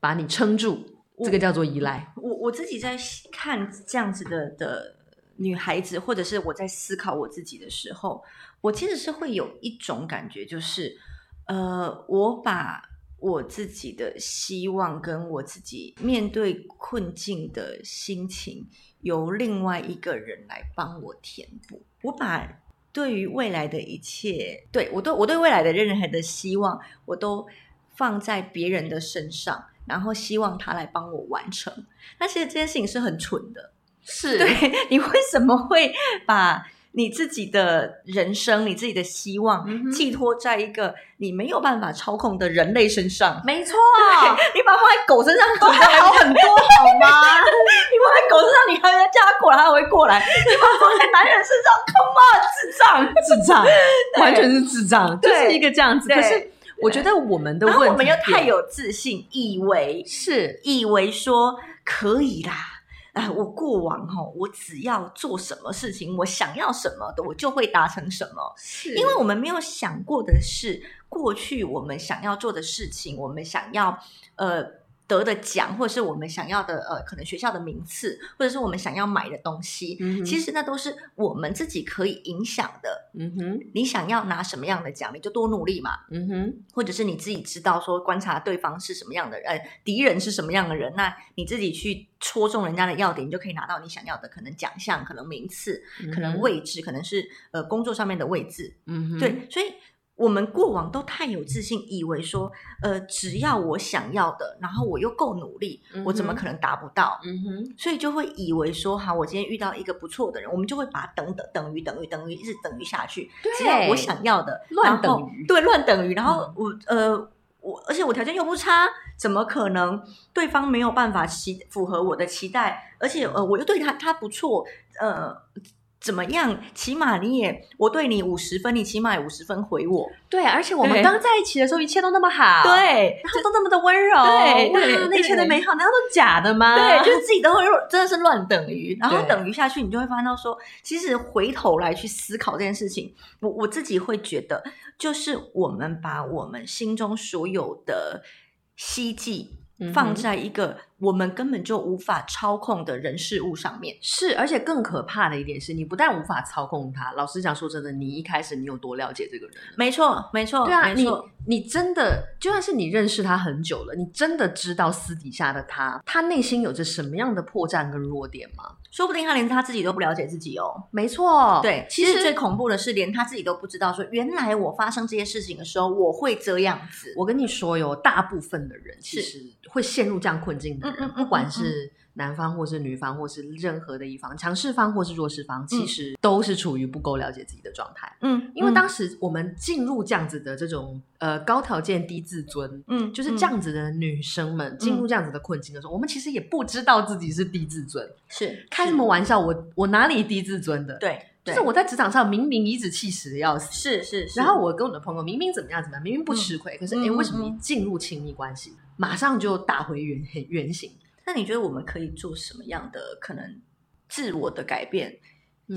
把你撑住，
我
这个叫做依赖。
嗯我我自己在看这样子的的女孩子，或者是我在思考我自己的时候，我其实是会有一种感觉，就是呃，我把我自己的希望跟我自己面对困境的心情，由另外一个人来帮我填补，我把。对于未来的一切，对我对我对未来的任何的希望，我都放在别人的身上，然后希望他来帮我完成。但其实这件事情是很蠢的。 [laughs]
是
对，你为什么会把你自己的人生、你自己的希望
嗯哼
寄托在一个你没有办法操控的人类身上？ [laughs]
没错，
你把它放在狗身上，狗
都还好很多，好吗？
[laughs] 你放在狗身上，你还要叫它过来，它还会过来；你把它放在男人身上，come on，智障！
智障，
[laughs] 对
完全是智障，就
对
是一个这样子。
对
可是我觉得我们的
然
问
后
题，
我们又太有自信，以为
是
以为说可以啦，啊，我过往哦，我只要做什么事情，我想要什么的，我就会达成什么。
是
因为我们没有想过的是，过去我们想要做的事情，我们想要呃得的奖，或者是我们想要的呃可能学校的名次，或者是我们想要买的东西，
嗯哼
其实那都是我们自己可以影响的。
嗯哼
你想要拿什么样的奖，你就多努力嘛。
嗯哼
或者是你自己知道说观察对方是什么样的人，呃敌人是什么样的人，那你自己去戳中人家的要点，你就可以拿到你想要的，可能奖项，可能名次，可能位置，可能是呃工作上面的位置。
嗯哼
对，所以我们过往都太有自信，以为说呃只要我想要的，然后我又够努力，我怎么
嗯哼
可能达不到？
嗯哼
所以就会以为说，好，我今天遇到一个不错的人，我们就会把它等等等于等于等于一直等于下去，
对
只要我想要的，
乱
然后
等于嗯
对，乱等于，然后我、呃。我而且我条件又不差，怎么可能对方没有办法期符合我的期待？而且呃，我又对他他不错，呃，怎么样？起码你也我对你五十分，你起码也五十分回我。
对，而且我们
对
刚在一起的时候，一切都那么好，
对，
啊然后都那么的温柔，
对
哇
对
那一切的
对
美好难道都假的吗？
对，就是自己都会真的是乱等于，然后
啊对
等于下去，你就会发现到说，其实回头来去思考这件事情，我我自己会觉得，就是我们把我们心中所有的希冀
嗯哼
放在一个我们根本就无法操控的人事物上面。
是，而且更可怕的一点是，你不但无法操控他。老实讲，说真的，你一开始你有多了解这个人呢？
没错，没错，
对啊，
哦没
你
错，
你真的就算是你认识他很久了，你真的知道私底下的他，他内心有着什么样的破绽跟弱点吗？
说不定他连他自己都不了解自己哦。
没错，
对，
其
其
实
实最恐怖的是，连他自己都不知道说，原来我发生这些事情的时候，我会这样子。
我跟你说哟，大部分的人其
是
实会陷入这样困境的
嗯
人，
嗯嗯
不管
嗯
是男方或是女方，或是任何的一方，强势方或是弱势方，其实都是处于不够了解自己的状态。
嗯，
因为
嗯
当时我们进入这样子的这种呃高条件低自尊，
嗯
就是这
嗯
样子的女生们进入这样子的困境的时候，我们其实也不知道自己是低自尊。
是
开什
是
么玩笑？我我哪里低自尊的？
对
就是我在职场上明明颐指气使的要死，
是是是，
然后我跟我的朋友明明怎么样怎么样，明明不吃亏，可是哎、
嗯
诶
嗯
为什么你
嗯
进入亲密关系，马上就打回原原形？
那你觉得我们可以做什么样的可能自我的改变？
嗯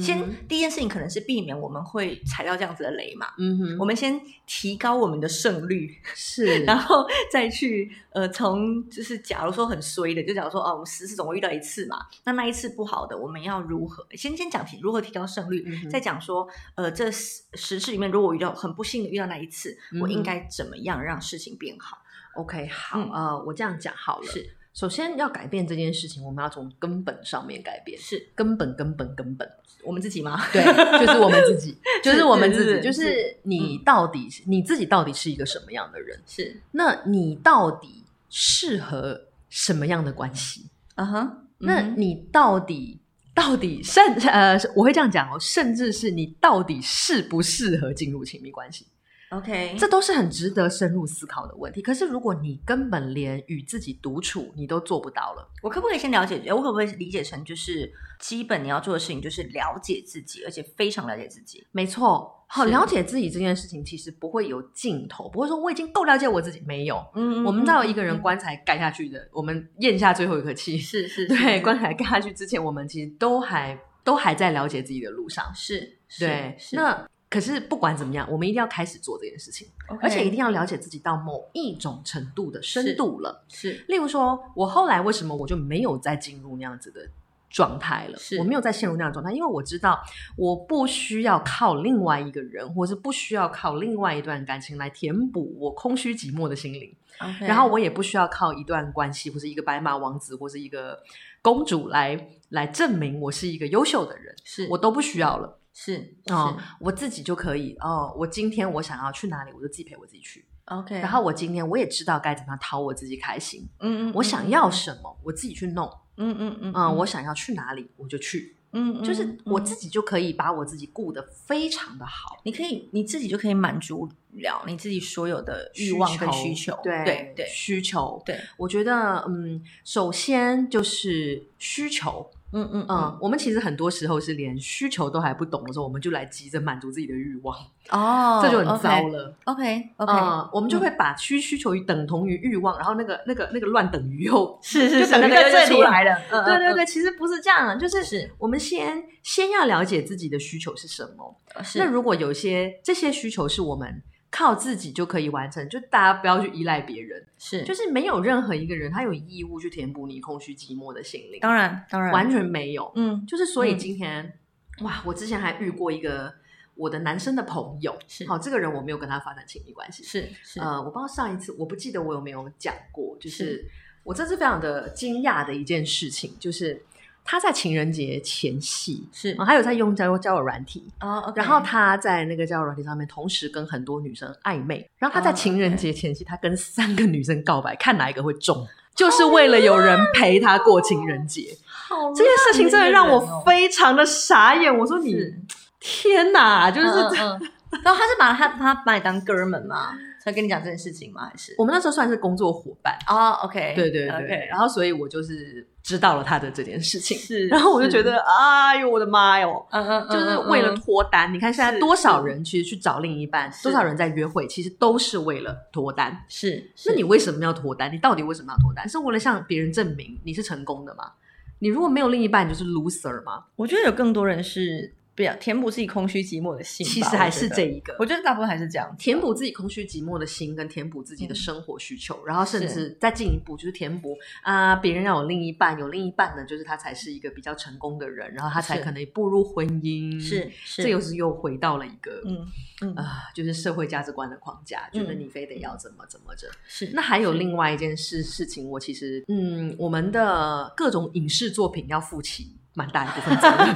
先第一件事情可能是避免我们会踩到这样子的雷嘛，
嗯哼，
我们先提高我们的胜率，
是，
然后再去呃从就是假如说很衰的，就假如说哦、我们十次总会遇到一次嘛，那那一次不好的，我们要如何先先讲提如何提高胜率，
嗯哼
再讲说呃这十十次里面，如果我遇到很不幸的遇到那一次，我
嗯
应
哼
该怎么样让事情变好？
OK，好，
嗯
呃，我这样讲好了。
是
首先要改变这件事情，我们要从根本上面改变，
是
根本根本根本，
我们自己吗？
对，就是我们
[laughs]
自己，就是我们自己，
是是嗯
就是你到底是你自己到底是一个什么样的人？
是，
那你到底适合什么样的关系？
嗯哼，
那
嗯哼
你到底到底甚呃，我会这样讲哦，甚至是你到底适不适合进入亲密关系？
OK
这都是很值得深入思考的问题。可是，如果你根本连与自己独处你都做不到了，
我可不可以先了解？我可不可以理解成就是基本你要做的事情就是了解自己，而且非常了解自己？
没错，好
是
了解自己这件事情其实不会有尽头，不会说我已经够了解我自己，没有。
嗯
我们到一个人棺材盖下去的，我们咽下最后一口气，
是
[laughs]
是，
对，棺
关
材盖下去之前，我们其实都还都还在了解自己的路上。
是是
对，
是
那可是不管怎么样，我们一定要开始做这件事情，而且一定要了解自己到某一种程度的深
是
度了。
是
例如说，我后来为什么我就没有再进入那样子的状态了？
是
我没有再陷入那样的状态，因为我知道我不需要靠另外一个人，或是不需要靠另外一段感情来填补我空虚寂寞的心灵，
，OK，
然后我也不需要靠一段关系，或是一个白马王子，或是一个公主来来证明我是一个优秀的人，
是
我都不需要了。
是
哦
嗯是，
我自己就可以哦。我今天我想要去哪里，我就自己陪我自己去。
OK，
然后我今天我也知道该怎么样讨我自己开心。
嗯嗯，
我想要什么，我自己去弄。
嗯嗯嗯
嗯，我想要去哪里，我就去。
嗯
就是我自
己，
己就可以把我自己顾得非常的好。
你可以你自己就可以满足了你自己所有的欲望跟需求，
对
对对
需求。
对，
我觉得，嗯，首先就是需求。
嗯嗯
嗯，我们其实很多时候是连需求都还不懂的时候，我们就来急着满足自己的欲望，
哦，
这就很糟了。
，OK OK，
嗯，我们就会把需需求于等同于欲望，然后那个那个那个乱等于又
是
就是等于在这里
来了，嗯
对对，对，其实不是这样，啊就是
嗯是
我们先先要了解自己的需求是什么。
是
那如果有些这些需求是我们靠自己就可以完成，就大家不要去依赖别人，
是
就是没有任何一个人他有义务去填补你空虚寂寞的心灵，
当然当然
完全没有。
嗯
就是所以
嗯
今天、哇，我之前还遇过一个我的男生的朋友，
是
好，这个人我没有跟他发展亲密关系，
是是
呃，我不知道上一次我不记得我有没有讲过，就是
是
我这次非常的惊讶的一件事情，就是他在情人节前夕，
是
啊、他有在用交交友软体，
哦，OK，
然后他在那个交友软体上面同时跟很多女生暧昧，然后他在
哦
情人
OK 哦
节前夕，他跟三个女生告白，看哪一个会中，就是为了有人陪他过情人节。
好
这件事情真的让
浪漫
我
的一个人哦
非常的傻眼，我说你
是
天哪，就是
嗯嗯嗯 [laughs] 然后他是把他他把你当哥们嘛，才跟你讲这件事情吗？还是
我们那时候算是工作伙伴。
哦，OK，
对对对。
，OK，
然后所以我就是知道了他的这件事情，
是，
[laughs] 然后我就觉
是，
得，哎呦我的妈哟！
嗯嗯，嗯
就是为了
嗯
脱单，你看现在
是
多少人其实去找另一半，
是
多少人在约会，其实都是为了脱单。
是，是
那你为什么要脱单？你到底为什么要脱单？是为了向别人证明你是成功的吗？你如果没有另一半，你就是 loser 吗？
我觉得有更多人是不要填补自己空虚寂寞的心吧，
其实还是
我觉
这
得，
一个
我，觉得大部分还是这样子
填补自己空虚寂寞的心，跟填补自己的
嗯
生活需求，然后甚
是
至再进一步就是填补啊，别人要有另一半，有另一半呢，就是他才是一个比较成功的人，然后他才
是
可能步入婚姻。，
是是，
这又是又回到了一个
嗯嗯
啊，就是社会价值观的框架，觉得
嗯
你非得要怎么怎么着。
[laughs] 是，
那还有
是
另外一件事事情，我其实嗯，我们的各种影视作品要负起蛮大一部分责任。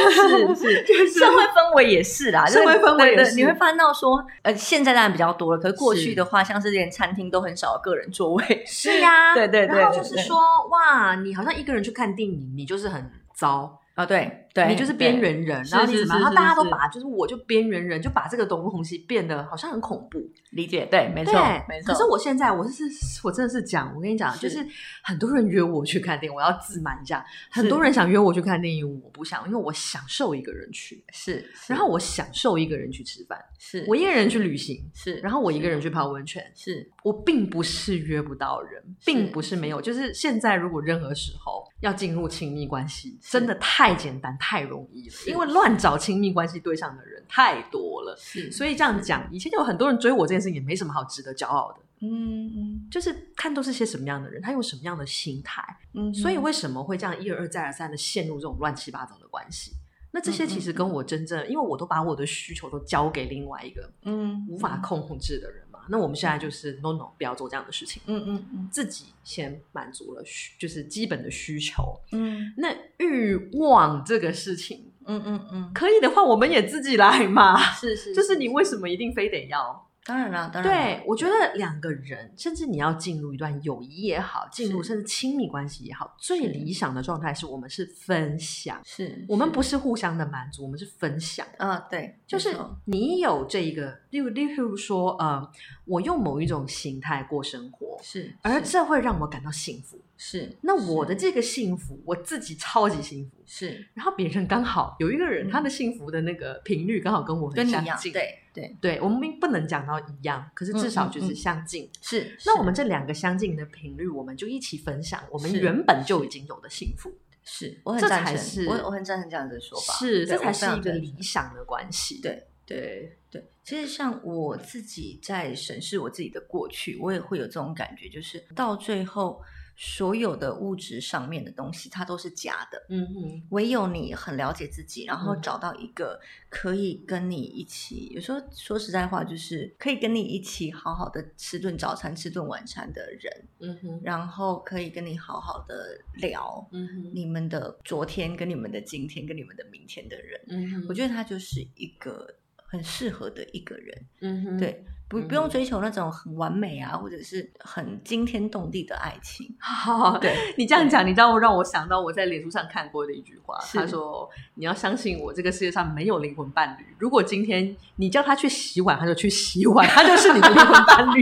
[laughs]
是是，社会氛围也是啦，就是
社会氛围也
对对
是
你会看到说，呃，现在当然比较多了，可是过
是
去的话，像是连餐厅都很少有个人座位，
是呀
对对对
然后就
对
是
对
说，哇，你好像一个人去看电影，你就是很糟。
[laughs] 啊，对，对
你就是边缘人，
对
然后你
是
怎么
是
样？然后
是
大家都
是
把就是我就边缘人，就把这个东东西变得好像很恐怖。
理解对，没错
对，
没错。
可是我现在我是我真的是讲，我跟你讲，
是
就是很多人约我去看电影，我要自满一下。
是
很多人想约我去看电影，我不想，因为我享受一个人去，
是，是
然后我享受一个人去吃饭，
是
我一个人去旅行，
是，
然
后
后我一个人去泡温泉。
是
我并不是约不到人，并不是没有，就是现在如果任何时候要进入亲密关系，真的太简单太容易了，
是
因为乱找亲密关系对象的人太多了。
是，
所以这样讲，以前有很多人追我这件事情也没什么好值得骄傲的。
嗯
就是看都是些什么样的人，他用什么样的心态，
嗯，
所以为什么会这样一而二再而三的陷入这种乱七八糟的关系？那
嗯
这些其实跟我真正，因为我都把我的需求都交给另外一个
嗯
无法控制的人嘛。那我们现在就是 no no，不要做这样的事情，
嗯嗯嗯
自己先满足了需，就是基本的需求。
嗯
那欲望这个事情，
嗯嗯嗯，
可以的话，我们也自己来嘛。
[laughs]
[laughs]
是是，
就是你为什么一定非得要嗯
当然啦，当然
对
啦，
我觉得两个人，甚至你要进入一段友谊也好，进入
是
甚至亲密关系也好，最
是
理想的状态是我们是分享，
是
我们不
是
是互相的满足，我们是分享。
啊，对，
就是
没错
你有这一个，例如例如说，呃，我用某一种形态过生活，
是，
而
是
这会让我感到幸福。
是
那我的
是
这个幸福，我自己超级幸福。
是
然后别人刚好有一个人，
嗯
他的幸福的那个频率刚好跟我很
跟你
相
一样，
近，
对对
对，我们不能讲到一样，可是至少
嗯嗯
就是
嗯
相近。
是。
那
是
我们这两个相近的频率，我们就一起分享我们
是
原本就已经有的幸福，
是我很
这
赞
才
成，
是
我我很赞成这样子的说法，
是
对
这
我
才
非
是
常
一个
赞
理
成
想的关系。
对对
对，
对。其实像我自己在审视我自己的过去，我也会有这种感觉，就是到最后，所有的物质上面的东西，它都是假的。
嗯嗯，
唯有你很了解自己，然后
嗯
找到一个可以跟你一起，有时候说实在话，就是可以跟你一起好好的吃顿早餐、吃顿晚餐的人，
嗯哼，
然后可以跟你好好的聊
嗯哼，
你们的昨天、跟你们的今天、跟你们的明天的人。
嗯哼，
我
得，
觉得他就是一个很适合的一个人，
嗯哼， [laughs]
对，不不
嗯
用追求那种很完美啊，或者是很惊天动地的爱情。
好，
[laughs] 对，
你这样讲，你知道让我想到我在脸书上看过的一句话，
是
他说：“你要相信我，这个世界上没有灵魂伴侣。如果今天你叫他去洗碗，他就去洗碗，他就是你的灵魂伴侣。”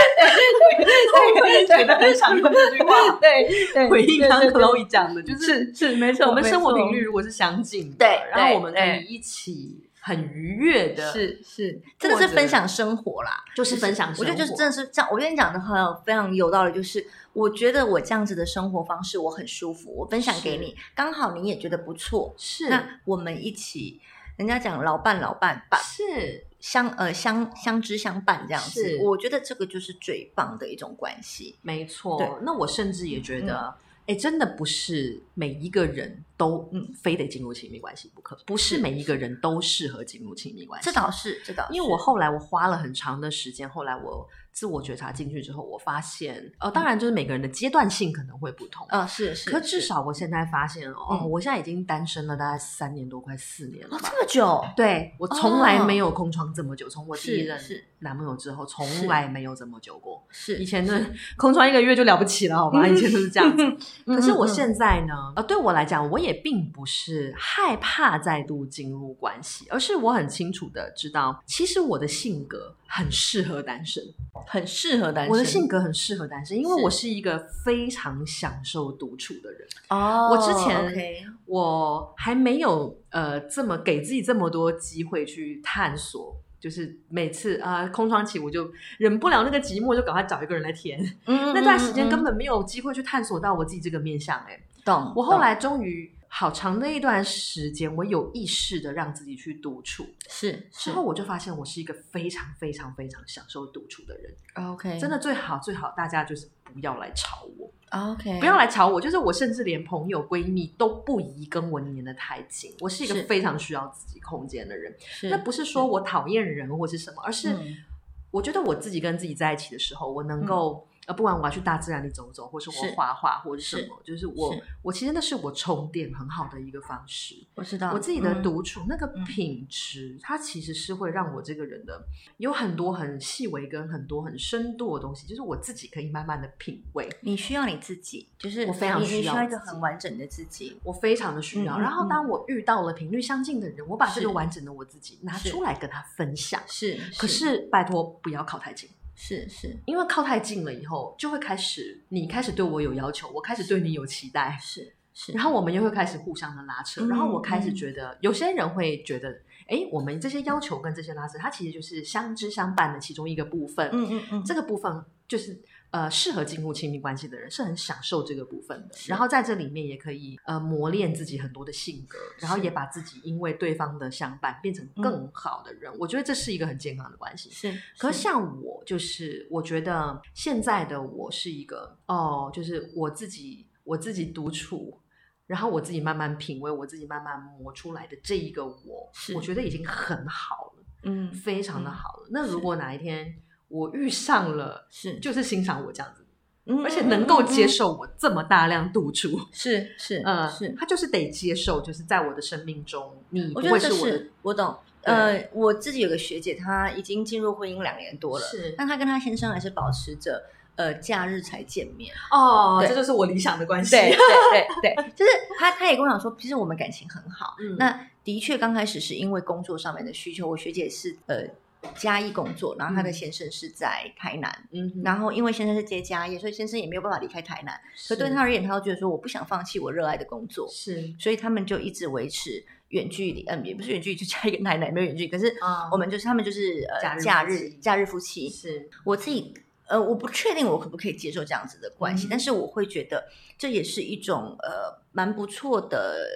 对对对对，觉得很想用这句话。对，回应刚刚 Chloe 讲的，就是
是没
我们
没
生活
错
频率如果是相近的，
对
然后
对
我们可以一起很愉悦的，
是是，真的是分享生活啦，
就是分享
我觉得就
生
是
活
真的是这样。我跟你讲的很有非常有道理，就是我觉得我这样子的生活方式我很舒服，我分享给
是
你，刚好你也觉得不错，
是
那我们一起，人家讲老伴老伴伴
是
相呃相相知相伴这样子
是，
我觉得这个就是最棒的一种关系。
没错
对。嗯
那我甚至也觉得，哎、真的不是每一个人都
嗯
非得进入亲密关系不可，不是每一个人都适合进入亲密关系。
这倒是，这倒是，
因为我后来我花了很长的时间，后来我自我觉察进去之后，我发现，呃，当然就是每个人的阶段性可能会不同，
啊是嗯是，
可至
是
少我现在发现，哦，
嗯
我现在已经单身了大概三年多，快四年了
哦
吧。
这么久，
对我从来没有空窗这么久，从我第一
是
任
是
男朋友之后，
是
从来没有这么久过。
是
以前
是
的 [laughs] 空窗一个月就了不起了，好吗？
嗯
以前都是这样子。
嗯
[laughs] 可是我
嗯
现在呢，呃，对我来讲，我也并不是害怕再度进入关系，而是我很清楚的知道，其实我的性格很适合单身，
很适合单身，
我的性格很适合单身，因为
是
我是一个非常享受独处的人。
哦，
我之前嗯
OK
我还没有呃这么给自己这么多机会去探索，就是每次啊、呃空窗期我就忍不了那个寂寞，就赶快找一个人来填。
嗯
那段时间
嗯嗯
根本没有机会去探索到我自己这个面相、欸，哎，
嗯懂。
我后
懂
来终于好长的一段时间，我有意识的让自己去独处，
是
之后我就发现我是一个非常非常非常享受独处的人，
哦 OK，
真的最好最好大家就是不要来吵我。
哦 OK，
不要来吵我，就是我甚至连朋友闺蜜都不宜跟我黏得太紧。我是一个
是
非常需要自己空间的人，
是
那不是说我讨厌人或是什么，而是
嗯
我觉得我自己跟自己在一起的时候，我能够、呃，不管我要去大自然里走走，或是
是
我画画，或者什么，就是我
是
我其实那是我充电很好的一个方式。
我知道
我自己的
嗯
独处、那个
嗯
品质，它其实是会让我这个人的有很多很细微跟很多很深度的东西，就是我自己可以慢慢的品味。
你需要你自己，就是
我非
你
常
你
需要
需要
我
一个
自己
很完整的自己。
我非常的需要。
嗯嗯
然后，当我遇到了频率相近的人，我把这
是
个完整的我自己拿
是
出来跟他分享。
是，
可是，拜托不要靠太近，
是是
因为靠太近了以后，就会开始你开始对我有要求，我开始对你有期待，
是是，
然后我们又会开始互相的拉扯。
嗯
然后我开始觉得，有些人会觉得，哎，我们这些要求跟这些拉扯，它其实就是相知相伴的其中一个部分。
嗯嗯嗯，
这个部分就是呃，适合进入亲密关系的人是很享受这个部分的。
是
然后在这里面也可以呃磨练自己很多的性格，然后
是嗯
也把自己因为对方的相伴变成更好的人。我觉得这是一个很健康的关系。
是，
可是像我，就是我觉得现在的我是一个哦，就是我自己我自己独处，然后我自己慢慢品味，我自己慢慢磨出来的这一个我
是，
我觉得已经很好了，
嗯
非常
嗯
的好了。那如
是
果哪一天我遇上了，
是，
就是欣赏我这样子，
嗯
而且
嗯
能够
嗯
接
嗯
受我这么大量独处，
是是
呃，
是，
他就是得接受，就是在我的生命中，你不
我觉
会
得这
我的
是我懂。
对
呃，我自己有个学姐，她已经进入婚姻两年多了，
是
但她跟她先生还是保持着呃假日才见面。
哦，
对
这就是我理想的关系。
对 [laughs] 对对对，就是她她也跟我讲说，其实我们感情很好。
嗯
那的确刚开始是因为工作上面的需求，我学姐是呃。嘉义工作，然后她的
嗯
先生是在台南，
嗯
然后因为先生是接家业，所以先生也没有办法离开台南。可对他而言，他都觉得说我不想放弃我热爱的工作，
是
所以他们就一直维持远距离，嗯，也不是远距离，就加一个奶奶没有远距离，可是
啊
我们就是他们就是
假
呃假
日夫
日
妻
假日夫妻。
是
我自己呃，我不确定我可不可以接受这样子的关系，
嗯
但是我会觉得这也是一种呃蛮不错的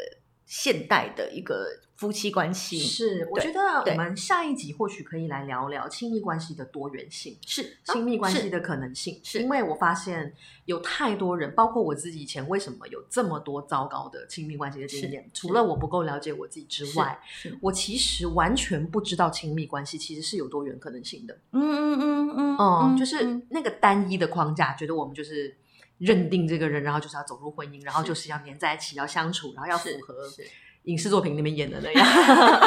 现代的一个夫妻关系。
是，我
对
觉得
对
我们下一集或许可以来聊聊亲密关系的多元性。
是
亲密关系
啊是
的可能性，
是
因为我发现有太多人，包括我自己以前为什么有这么多糟糕的亲密关系的经验
是，
除了我不够了解我自己之外，
是是
我其实完全不知道亲密关系其实是有多元可能性的。
嗯嗯嗯嗯
嗯，就
嗯
是那个单一的框架，觉得我们就是认定这个人，然后就是要走入婚姻，然后
是
就是要黏在一起，要相处，然后要符
是
合
是
影视作品里面演的那样，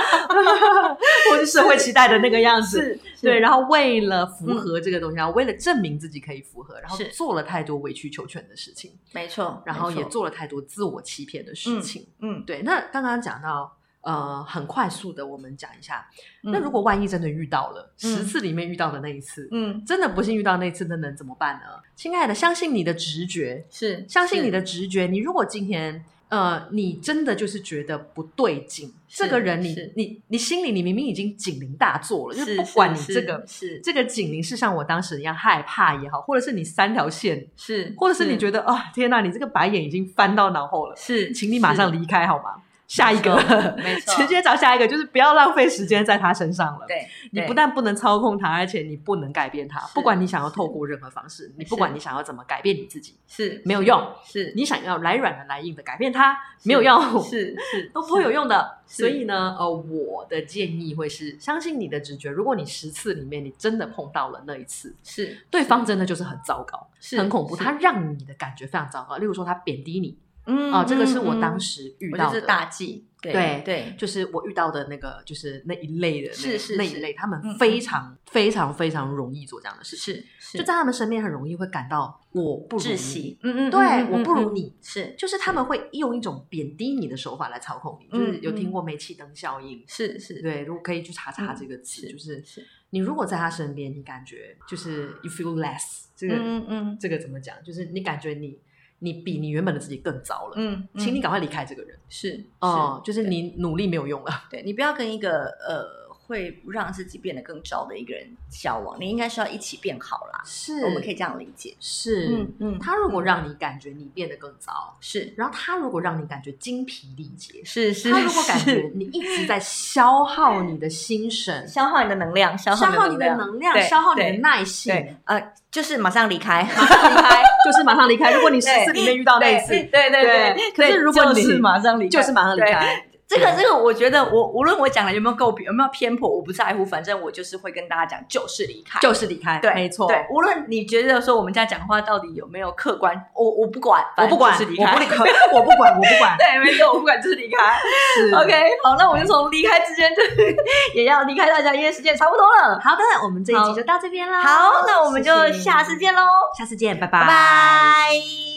[laughs] 或是社会期待的那个样子。对，然后为了符合这个东西，然后为了证明自己可以符合，然后
嗯是
做了太多委曲求全的事情，
没错，
然后
没
也
错
做了太多自我欺骗的事情。
嗯，
对，那刚刚讲到，呃，很快速的，我们讲一下，那
嗯
如果万一真的遇到了
嗯
十次里面遇到的那一次，
嗯
真的不幸遇到那一次，那能怎么办呢？亲爱的，相信你的直觉，
是
相信你
的
的直觉。你如果今天呃，你真的就是觉得不对劲，
是
这个人你
是
你你心里你明明已经警铃大作了，就是是不管你
是
这个
是
这个警铃是像我当时一样害怕也好，或者是你三条线，
是，
或者是你
得
觉得啊、天哪，你这个白眼已经翻到脑后了，
是，
请你马上
是
离开好吗？下一个
没错，没错
[laughs] 直接找下一个，就是不要浪费时间在他身上了。
对，
你
对
不但不能操控它，而且你不能改变它。
是
不管你想要透过任何方式，你
是
不管你想要怎么改变你自己，
是
没有用。
是
你想要来软的来硬的改变它，没有用，
是是
[laughs] 都不会有用的。
是
所以呢，呃，我的建议会是相信你的直觉。如果你十次里面你真的碰到了那一次，
是
对方真的就是很糟糕，
是
很恐怖，
是
他让你的感觉非常糟糕。例如说，他贬低你
嗯
啊、这个是我当
时
时遇
我觉
到
得这是
的
大忌，
对
对
就是我遇到的那个，就是那一类的那
是
个
是
那
是
一类，他们
嗯
非常、非常非常容易做这样的事情，
是是
就在他们身边很容易会感到我不如你
窒息，，嗯嗯，
对、
嗯
我不如，
嗯嗯
你。
是
就是他们会用一种贬低你的手法来操控你，
嗯
就是有听过煤气灯效应。
是是，
对，如果可以去查查
嗯
这个词，
是
就是
是
你如果在他身边，你感觉就是 you feel less，这个、
嗯嗯
这个怎么讲？就是你感觉你你比你原本的自己更糟了，
嗯嗯，
请你赶快离开这个人。
是
哦、就是
对
你努力没有用了。
对你不要跟一个呃会让自己变得更糟的一个人交往，你应该是要一起变好啦，
是
我们可以这样理解，
[laughs] 是、
嗯
他如果让你感觉你变得更糟，
是
然后他如果让你感觉精疲力竭，
是是，
他如果感
是
觉你一直在消耗你的心
[laughs]
神，
消耗你的能量，消
消耗
耗
你
你
的
能量。
能量，
对
消耗你的
对
耐性，
对，呃，就是马上离开，
离开 [laughs] 就是马上离开。如果你十
对
次里面遇到那一次，
对对对
对
可
对
是如果
就是
你马上离开，
就是马上离开。
这个这个，我觉得我无论我讲的有没有够有没有偏颇，我不在乎，反正我就是会跟大家讲，就是离开，
就是离开，
对，
没错，
对，无论你觉得说我们家讲话到底有没有客观，我我不管，
我不管，
反
我
正
不
就是离开。。
理 [laughs] 我不管，我不管
对，没错，我不管，就是离开。[laughs]
是
OK，好，那我们就从离开之间， [laughs] 就也要离开大家，因为时间也差不多了。
好的，我们这一
好
集就到这边啦。
好，那我们就
谢谢
下次见喽，
下次见，拜
拜
拜
拜。